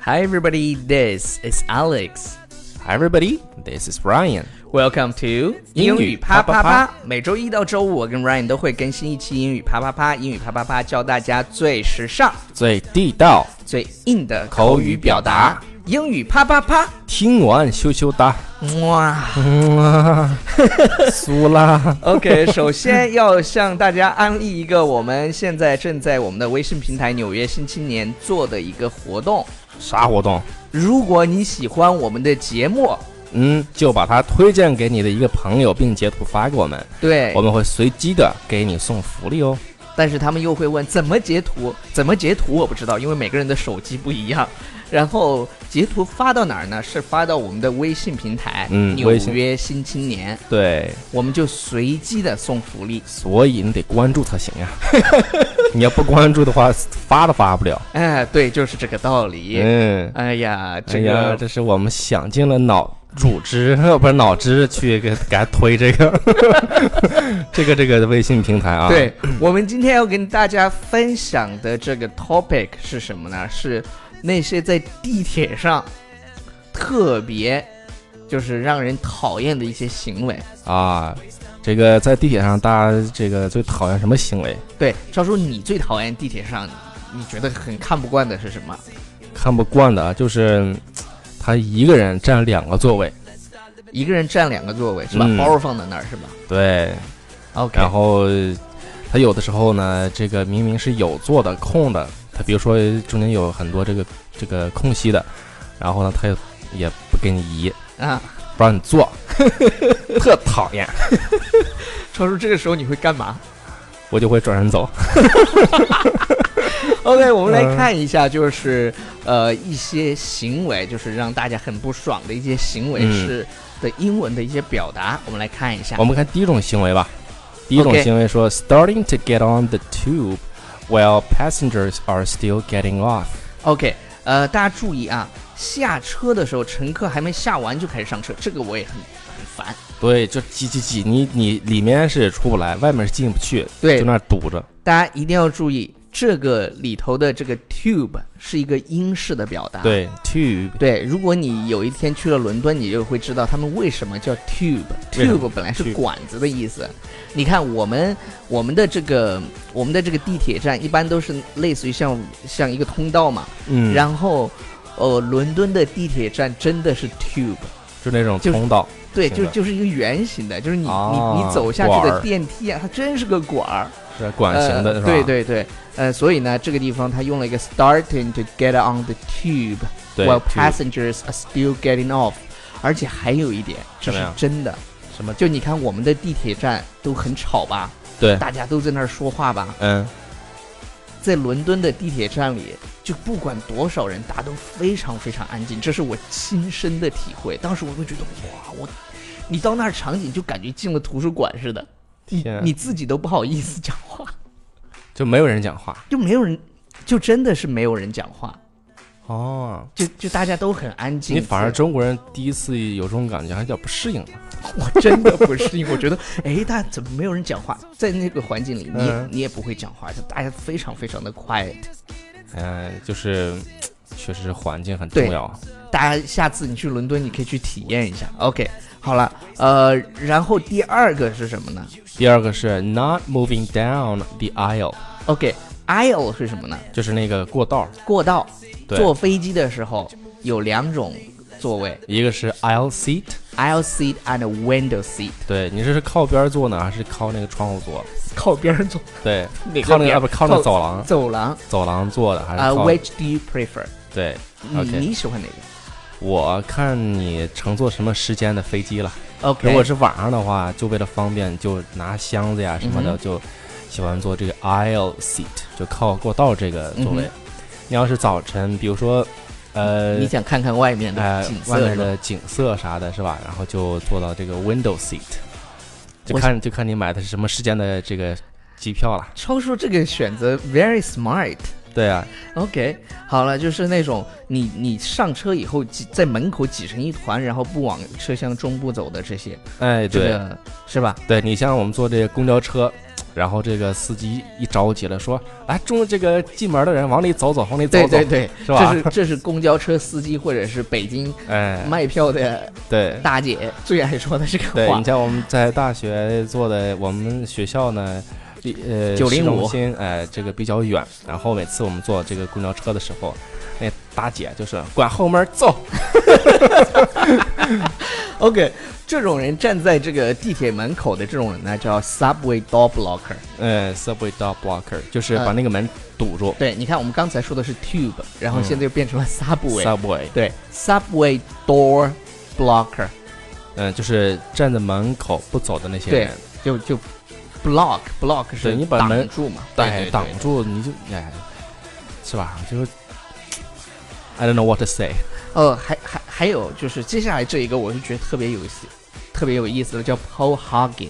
Hi, everybody. This is Alex. Hi everybody, this is Ryan。 Welcome to 英语啪啪啪。每周一到周五，我跟 Ryan 都会更新一期英语啪啪啪。英语啪啪啪教大家最时尚、最地道，最硬的口语表达。英语啪啪啪，听完羞羞哒，哇！嗯啊苏啦！ OK，首 先要向大家安利一个我们现在正在我们的微信平台《纽约新青年》做的一个活动。啥活动？如果你喜欢我们的节目，嗯，就把它推荐给你的一个朋友，并截图发给我们，对我，们会随机的给你送福利哦。但是他们又会问怎么截图，怎么截图我不知道，因为每个人的手机不一样。然后截图发到哪儿呢？是发到我们的微信平台，嗯纽微信约新青年，对，我们就随机的送福利。所以你得关注才行 呀、你要不关注的话，发都发不了。哎，对，就是这个道理。嗯，哎呀，哎这个、呀，这是我们想尽了脑组织， 不是脑汁去给给他推这个， 这个这个微信平台啊。，对我们今天要跟大家分享的这个 topic 是什么呢？是那些在地铁上特别就是让人讨厌的一些行为。啊，这个在地铁上，大家这个最讨厌什么行为？对，赵叔，你最讨厌地铁上你觉得很看不惯的是什么？看不惯的啊，就是嗯他一个人占两个座位，一个人占两个座位是吧？嗯包包放在那儿是吧对， ？OK，然后呃他有的时候呢，这个明明是有座的空的，他比如说中间有很多这个这个空隙的，然后呢，他也也不给你移，啊，不让你坐， 特讨厌，赵叔，这个时候你会干嘛我就会转身走。 ？OK，我们来看一下，就是呃一些行为，就是让大家很不爽的一些行为嗯是的英文的一些表达，我们来看一下我。们看第一种行为吧，第一种 OK 行为说 starting to get on the tube while passengers are still getting off。 OK，呃，大家注意啊，下车的时候乘客还没下完就开始上车，这个我也很很烦。对，就挤挤挤，你你里面是出不来，外面是进不去，对就那儿堵着。大家一定要注意，这个里头的这个 tube 是一个英式的表达。对，tube，对如果你有一天去了伦敦，你就会知道他们为什么叫 tube。为什么 tube 本来是 tube 管子的意思。你看我们我们的这个我们的这个地铁站一般都是类似于像像一个通道嘛，嗯，然后呃伦敦的地铁站真的是 tube。就那种就是通道，对，行就的就是一个圆形的，就是你、你啊你走下去管的儿电梯啊，它真是个管儿，是管型的，呃是吧？对对对，呃，所以呢，这个地方它用了一个 starting to get on the tube 对 while tube passengers are still getting off，而且还有一点，这怎么是样真的，什么？就你看我们的地铁站都很吵吧，对，大家都在那儿说话吧，嗯，在伦敦的地铁站里，就不管多少人，大家都非常非常安静，这是我亲身的体会。当时我会觉得，哇，我，你到那儿场景就感觉进了图书馆似的，你天啊你自己都不好意思讲话，就没有人讲话。就没有人，就真的是没有人讲话，哦，就就大家都很安静。你反而中国人第一次有这种感觉，还有点不适应了。我真的不适应，我觉得，哎，大家怎么没有人讲话？在那个环境里，你也、嗯你也不会讲话，就大家非常非常的 quiet。嗯、就是嘖确实环境很对重要。大家下次你去伦敦，你可以去体验一下。OK，好了，呃，然后第二个是什么呢第二个是 not moving down the aisle， ？OK，aisle、是什么呢？就是那个过道儿。过道。对坐飞机的时候有两种座位一个是 aisle seat， ，aisle seat and window seat，对你这是靠边儿坐呢，还是靠那个窗户坐？靠边儿坐。对，哪靠那边个儿啊不是靠那个走廊，走廊走廊坐的还是啊、嗯靠 w h i c h do you prefer？对，你 OK 你喜欢哪个我看你乘坐什么时间的飞机了。 ？OK，如果是晚上的话，就为了方便，就拿箱子呀什么嗯的，哼就喜欢坐这个 aisle seat，就靠过道这个座位。嗯你要是早晨，比如说，呃你，想看看外面的呃景，外色面是吧？的景色啥的，是吧？然后就坐到这个 window seat，就我看就看你买的是什么时间的这个机票了。超叔这个选择 very smart。对啊， OK，好了，就是那种你你上车以后挤在门口挤成一团，然后不往车厢中部走的这些，哎，这对，个是吧？对你像我们坐这个公交车，然后这个司机一着急了，说：“来，中这个进门的人往里走走，往里走对走。对对，是这吧是这是公交车司机或者是北京哎，卖票的对大 姐最爱说的这个对，话你。像我们在大学做的，我们学校呢，离呃， 905市中心，哎，这个比较远。然后每次我们坐这个公交车的时候，那大姐就是管后门走， OK，这种人站在这个地铁门口的这种人呢，叫 subway door blocker。呃，subway door blocker，就是呃把那个门堵住。对，你看我们刚才说的是 tube，然后嗯现在又变成了 subway。 subway，对，subway door blocker，嗯、就是站在门口不走的那些对人，就就 block block 是对你把门挡住嘛，哎对挡。住你就哎，是吧？就是 I don't know what to say。呃，还还还有就是接下来这一个，我是觉得特别有意思，特别有意思的叫 pole hogging。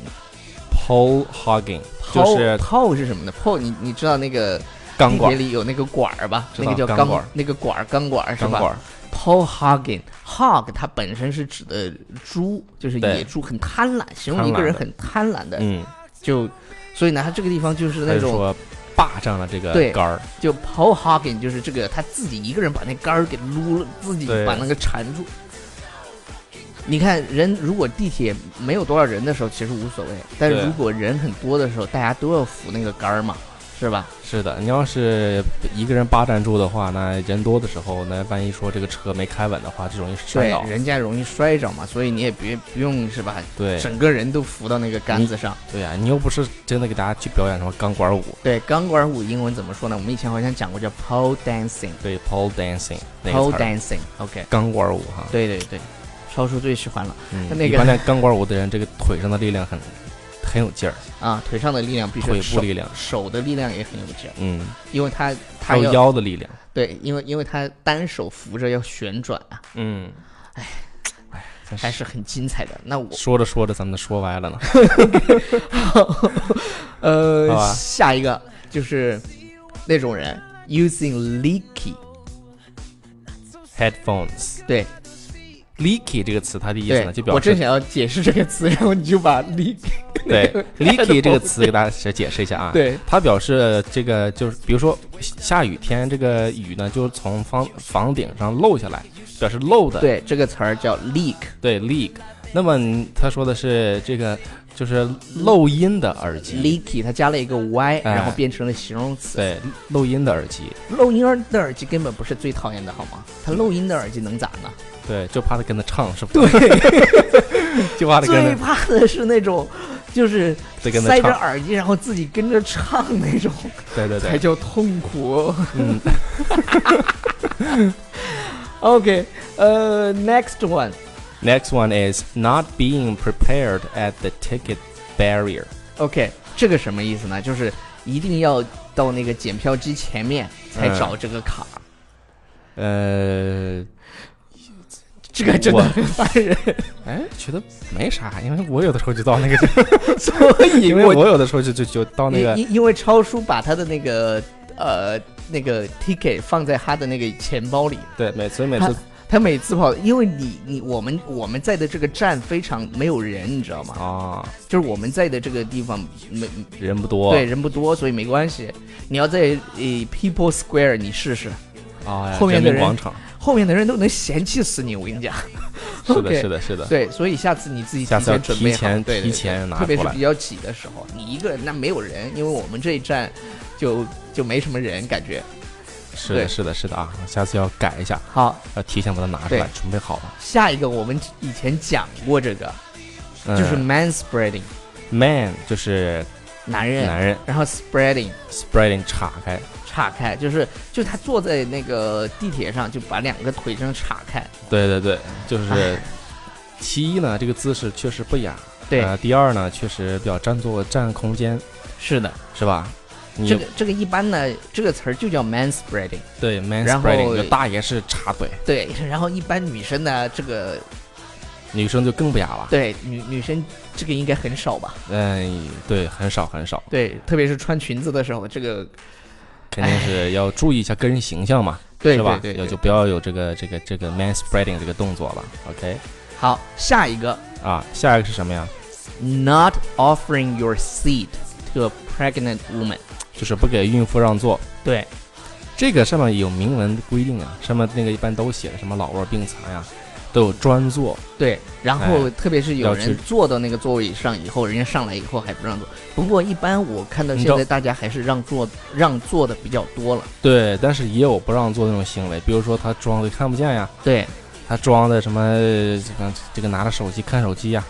Paul Hogging 就 pole 是 pole 是什么呢？pole 你你知道那个钢地管铁，里有那个管儿吧？知那道个叫钢管儿那个管儿钢管儿是钢吧管。 Paul Hagen hog，它本身是指的猪，就是对野猪，很贪婪，形容一个人很贪婪的，嗯，就所以呢，他这个地方就是那他就种说霸占了这个对杆儿，就 Paul Hagen，就是这个他自己一个人把那杆儿给撸了，自己对把那个缠住。你看，人如果地铁没有多少人的时候，其实无所谓；但是对如果人很多的时候，大家都要扶那个杆儿嘛，是吧？是的，你要是一个人霸占住的话，那人多的时候，那万一说这个车没开稳的话，就容易摔对倒，。人家容易摔着嘛，所以你也别不用是吧？对整个人都扶到那个杆子上。对呀、你又不是真的给大家去表演什么钢管舞，对，钢管舞英文怎么说呢？我们以前好像讲过叫 pole 对 pole dancing 那个 dancing，pole 词儿 dancing，OK，、钢管舞哈，对对对，超叔最喜欢了嗯，那个一般练钢管舞的人，这个腿上的力量很很有劲儿，啊，腿上的力量必须腿手部力量，手的力量也很有劲儿，嗯，因为他还他有要腰的力量，对，因为因为他单手扶着要旋转啊，嗯，哎哎，真还是很精彩的。 那我说着说着，咱们说歪了呢。呃好吧下一个就是那种人 using leaky， Headphones 对 leaky 这个词，它的意思对呢，就，表我正示想要解释这个词，然后你就把 leaky 对 leaky headphones 这个词给大家解释一下啊。，对它表示这个就是，比如说下雨天，这个雨呢就从房房顶上漏下来，表示漏的。对这个词儿叫 leak，对 leak。那么你他说的是这个就是漏音的耳机， leaky，它加了一个 y，嗯哎然后变成了形容词。对漏音的耳机，漏音儿的耳机根本不是最讨厌的，好吗？它漏音的耳机能咋呢？对，就怕他跟他唱是不？对， 就怕他最跟他怕的是那种，就是再跟他塞着唱，耳机，然后自己跟着唱那种，对对才对，叫痛苦。嗯 OK，呃、n e x t one， Next one is not being prepared at the ticket barrier。 OK，这个什么意思呢？就是一定要到那个检票机前面才嗯找这个卡，呃，这个真的我很烦人。 哎，觉得没啥，因为我有的时候就到那个地方，所以因为我我有的时候就就就到那因个，因因为超叔把他的那个呃那个 ticket 放在他的那个钱包里，对，每所以每次他每次跑，因为你你我们我们在的这个站非常没有人，你知道吗？啊就是我们在的这个地方没人不多，对人不多，所以没关系。你要在呃 People Square 你试试，啊，后面的人民人广场，后面的人都能嫌弃死你，我跟你讲。是的， OK 是的，是的，对，所以下次你自己下提次要前准备提好，前对对对提前拿特别过是来比较挤的时候，你一个人那没有人，因为我们这一站就就没什么人感觉。是的，对是的，是的啊，下次要改一下，好，要提前把它拿出对来，准备好了，下一个我们以前讲过这个，嗯就是 man spreading， man 就是男人，男人然后 spreading ，spreading 岔开，岔开，就是就他坐在那个地铁上，就把两个腿这样岔开，对对对，就是哎其一呢，这个姿势确实不雅，对呃第二呢，确实比较占座占空间，是的，是吧？你这个这个一般呢，这个词儿就叫 man spreading，对 man 然后 spreading，就大爷是插腿，对， 然后一般女生呢，这个女生就更不雅了。对女女生这个应该很少吧，嗯，对，很少很少，对，特别是穿裙子的时候，这个肯定是要注意一下个人形象嘛，对是吧？对要对就对，不要有这个这个这个 man spreading 这个动作了。OK，好，下一个啊，下一个是什么呀 not offering your seat to 个 pregnant woman。就是不给孕妇让座。对，这个上面有明文规定啊，上面那个一般都写的什么老弱病残呀、都有专座。对，然后特别是有哎要人去坐到那个座位上以后，人家上来以后还不让坐。不过一般我看到你知现道在大家还是让座让座的比较多了。对，但是也有不让座那种行为，比如说他装的看不见呀，对他装的什么呃这个这个拿着手机看手机呀。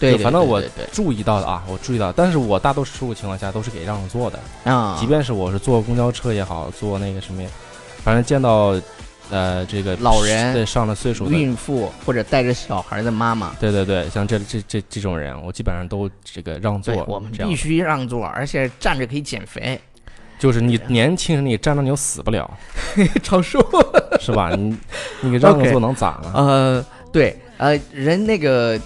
对，就对反正对我对对注意到的啊，我注意到，但是我大多数情况下都是给让座的，啊，即便是我是坐公交车也好，坐那个什么也，反正见到，呃，这个老人对上了岁数的，孕妇或者带着小孩的妈妈，对对对，像这这这这种人，我基本上都这个让座对，，我们这样必须让座，而且站着可以减肥、 就是你年轻人你站着你又死不了，长 寿。啊是吧？你你给让个 OK 座能咋了？呃，对，呃，人那个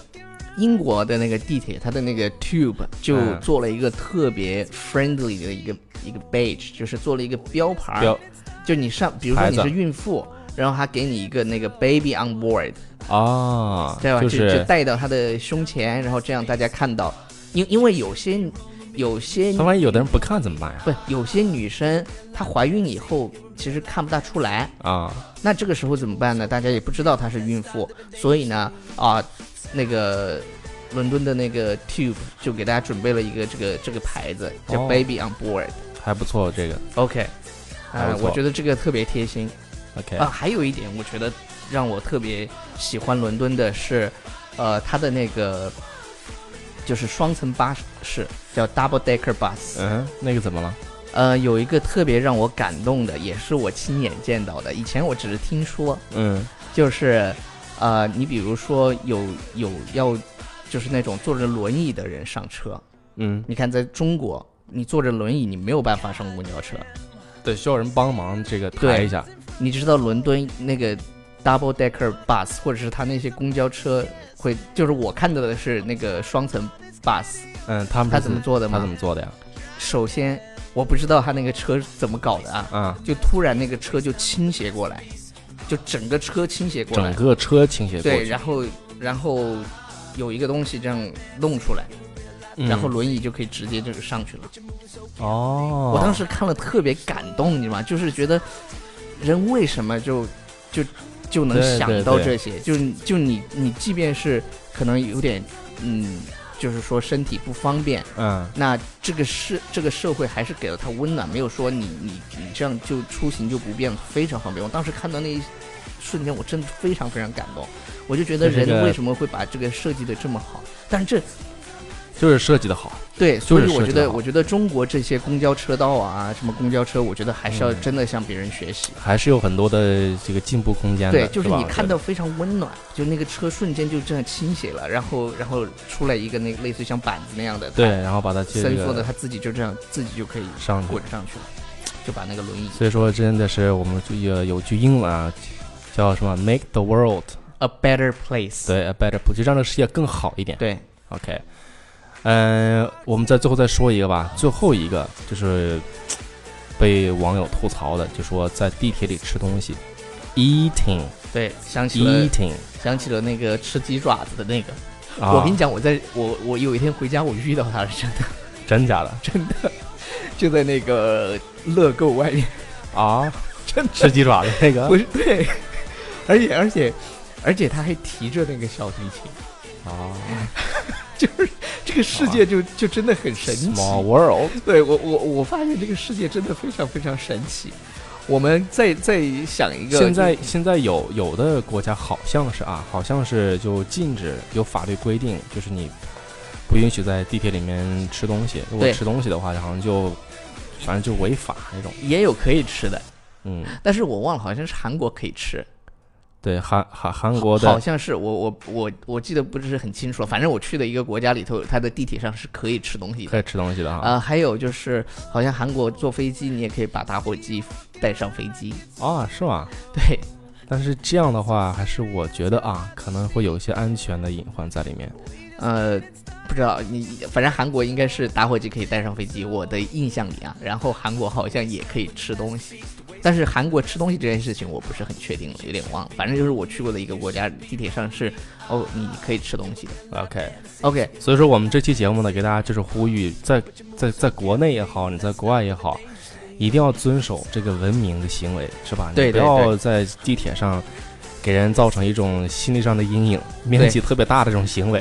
英国的那个地铁，它的那个 tube 就嗯做了一个特别 friendly 的一个一个 badge，就是做了一个标牌儿，标就你上，比如说牌你子是孕妇。然后还给你一个那个 baby on board，啊，对吧？就就就是带到他的胸前，然后这样大家看到，因因为有些有些他万一有的人不看怎么办呀？不有些女生她怀孕以后其实看不大出来，啊，那这个时候怎么办呢？大家也不知道她是孕妇，所以呢，啊，那个伦敦的那个 Tube 就给大家准备了一个这个这个牌子，叫哦 Baby on Board。还不错，这个 OK，还啊，不错我觉得这个特别贴心 OK 啊。还有一点，我觉得让我特别喜欢伦敦的是，呃，它的那个就是双层巴士，叫 Double Decker Bus。嗯，那个怎么了？呃，有一个特别让我感动的，也是我亲眼见到的。以前我只是听说，嗯就是，呃，你比如说有有要，就是那种坐着轮椅的人上车。嗯，你看，在中国，你坐着轮椅，你没有办法上公交车。对，需要人帮忙这个抬对一下。你知道伦敦那个 double decker bus，或者是他那些公交车会，就是我看到的是那个双层 bus，嗯，他们他是怎么做的啊他怎吗？么做的呀？首先，我不知道他那个车是怎么搞的啊，啊，就突然那个车就倾斜过来，就整个车倾斜过整来，个车倾斜过对，去，然后然后有一个东西这样弄出来，嗯然后轮椅就可以直接就上去了。哦，我当时看了特别感动，你知道吗？就是觉得人为什么就就就能对想对到对这些？就是你就你你即便是可能有点嗯，就是说身体不方便，嗯，那这个社这个社会还是给了他温暖，没有说你你你这样就出行就不便，非常方便。我当时看到那一瞬间，我真的非常非常感动，我就觉得就是这人个为什么会把这个设计的这么好？但是这就是设计的好，对，就所是以我设觉计得得好我觉得中国这些公交车道啊，什么公交车，我觉得还是要嗯真的向别人学习。还是有很多的这个进步空间的。对，就是吧你看到非常温暖，就那个车瞬间就这样倾斜了，然后然后出来一个那个类似像板子那样的，对，然后把它接这伸缩的，个他自己就这样自己就可以上去滚。上去了，就把那个轮椅所以说，真的是我们注意了有句英文啊，叫什么 “Make the world a better place。对 a better place”，就让这个世界更好一点。对 OK，嗯、我们再最后再说一个吧，最后一个就是被网友吐槽的，就说在地铁里吃东西，eating 对，想起了 eating 想起了那个吃鸡爪子的那个。啊，我跟你讲，我在我我有一天回家，我遇到他了，真的真假的真的就在那个乐购外面，啊， 真的吃鸡爪的那个不是 对，而且而且而且他还提着那个小提琴，啊 就是这个世界就就真的很神奇。 ，small world 对我我我发现这个世界真的非常非常神奇。我们再再想一个，现在现在有有的国家好像是啊，好像是就禁止有法律规定，就是你不允许在地铁里面吃东西。如果对吃东西的话，好像就反正就违法那种。也有可以吃的， 嗯，但是我忘了，好像是韩国可以吃。对，韩韩韩国好的像是我我我我记得不是很清楚了，反正我去的一个国家里头，它的地铁上是可以吃东西的。可以吃啊东西的哈。呃，还有就是，好像韩国坐飞机，你也可以把打火机带上飞机。啊，是吗？ 对，但是这样的话，还是我觉得啊，可能会有一些安全的隐患在里面。呃，不知道你，反正韩国应该是打火机可以带上飞机，我的印象里啊。然后韩国好像也可以吃东西，但是韩国吃东西这件事情我不是很确定了，有点忘了。反正就是我去过的一个国家，地铁上是哦，你可以吃东西的。 OK， OK，所以说我们这期节目呢，给大家就是呼吁，在在在国内也好，你在国外也好，一定要遵守这个文明的行为，是吧？你对对不要在地铁上给人造成一种心理上的阴影，面积特别大的这种行为。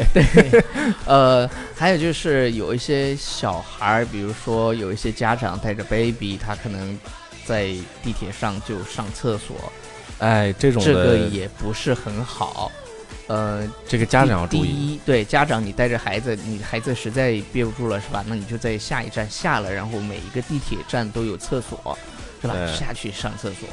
呃，还有就是有一些小孩儿，比如说有一些家长带着 baby，他可能在地铁上就上厕所，哎，这种的这个也不是很好。呃，这个家长要第注第意。一，对家长，你带着孩子，你孩子实在憋不住了，是吧？那你就在下一站下了，然后每一个地铁站都有厕所，是吧？对下去上厕所。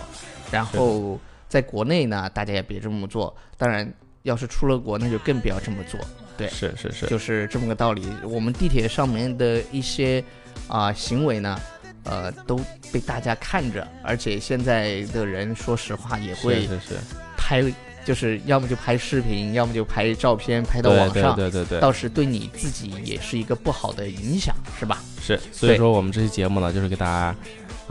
然后在国内呢，大家也别这么做。当然，要是出了国，那就更不要这么做。对是是是，就是这么个道理。我们地铁上面的一些啊、行为呢，呃，都被大家看着，而且现在的人说实话也是会是是，拍，就是要么就拍视频，要么就拍照片，拍到对网对上，对对对，到时对你自己也是一个不好的影响，是吧？是。所以对说我们这期节目呢，就是给大家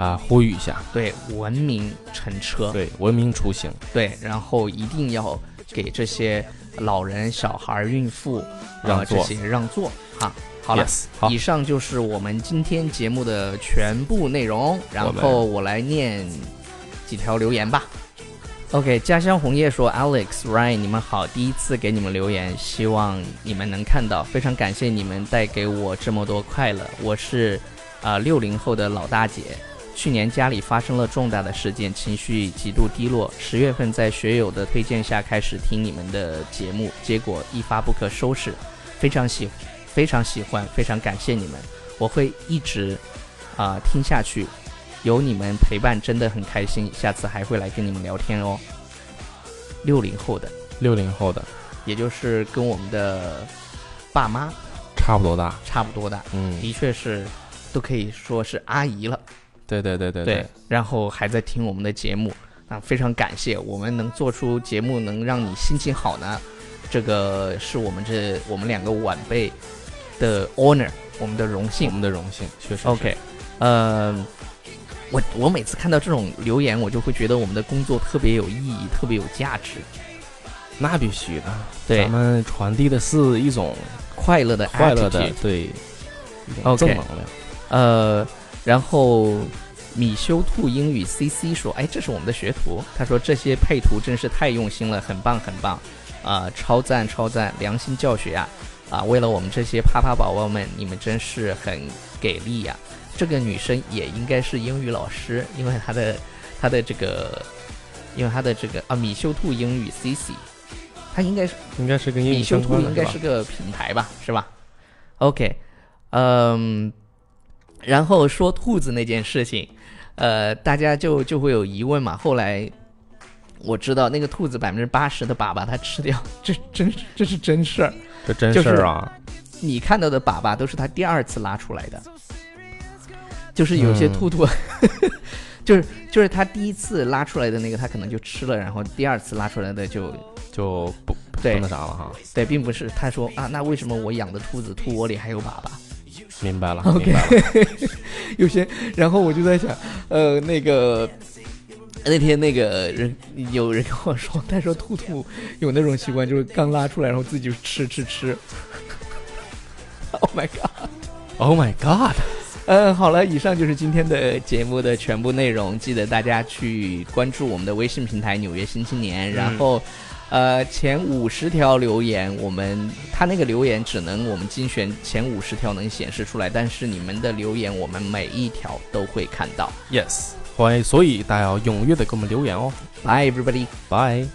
啊、呼吁一下，对，文明乘车，对，文明出行。对然后一定要给这些老人、小孩儿、孕妇让呃、这座些让座啊。好了 Yes，好以，上就是我们今天节目的全部内容。然后我来念几条留言吧。OK，家乡红叶说：“Alex、Ryan，你们好，第一次给你们留言，希望你们能看到，非常感谢你们带给我这么多快乐。我是啊六零后的老大姐，去年家里发生了重大的事件，情绪极度低落。十月份在学友的推荐下开始听你们的节目，结果一发不可收拾，非常喜非常喜欢，非常感谢你们，我会一直啊、听下去。有你们陪伴真的很开心，下次还会来跟你们聊天哦。六零后的，六零后的也就是跟我们的爸妈差不多大，差不多大，嗯，的确是都可以说是阿姨了。对对对对对，然后还在听我们的节目，啊，非常感谢我们能做出节目，能让你心情好呢，这个是我们这我们两个晚辈的 honor，我们的荣我幸。们的荣幸，确实是 OK，呃，我我每次看到这种留言，我就会觉得我们的工作特别有意义，特别有价值。那必须的。对咱，们传递的是一种快乐的快乐的 attitude，对，一种 OK 正能量。呃，然后米修兔英语 CC 说：“哎，这是我们的学徒。”他说：“这些配图真是太用心了，很棒，很棒，啊、超赞，超赞，良心教学啊！啊、为了我们这些啪啪宝宝们，你们真是很给力呀、这个女生也应该是英语老师，因为她的她的这个，因为她的这个啊，米修兔英语 CC，她应该是。”应该是跟英米语修相兔关的应该是吧？个品牌吧，是吧？OK，嗯，然后说兔子那件事情，呃，大家就就会有疑问嘛。后来我知道那个兔子百分之八十的粑粑它吃掉，这真这是真事儿。这真就是事儿啊，你看到的粑粑都是它第二次拉出来的，就是有些嗯兔兔， 就是就是它第一次拉出来的那个，它可能就吃了，然后第二次拉出来的就就不不对那啥了哈。对，并不是他说啊，那为什么我养的兔子兔窝里还有粑粑？明白了 OK 明白了。 有些，然后我就在想，呃，那个那天那个人有人跟我说，他说兔兔有那种习惯，就是刚拉出来，然后自己就吃吃吃。Oh my god！ Oh my god！嗯，好了，以上就是今天的节目的全部内容。记得大家去关注我们的微信平台《纽约新青年》，然后，呃，前五十条留言，我们他那个留言只能我们精选前五十条能显示出来，但是你们的留言我们每一条都会看到。 Yes，欢迎，所以大家要踊跃的给我们留言哦。 Bye everybody。 Bye。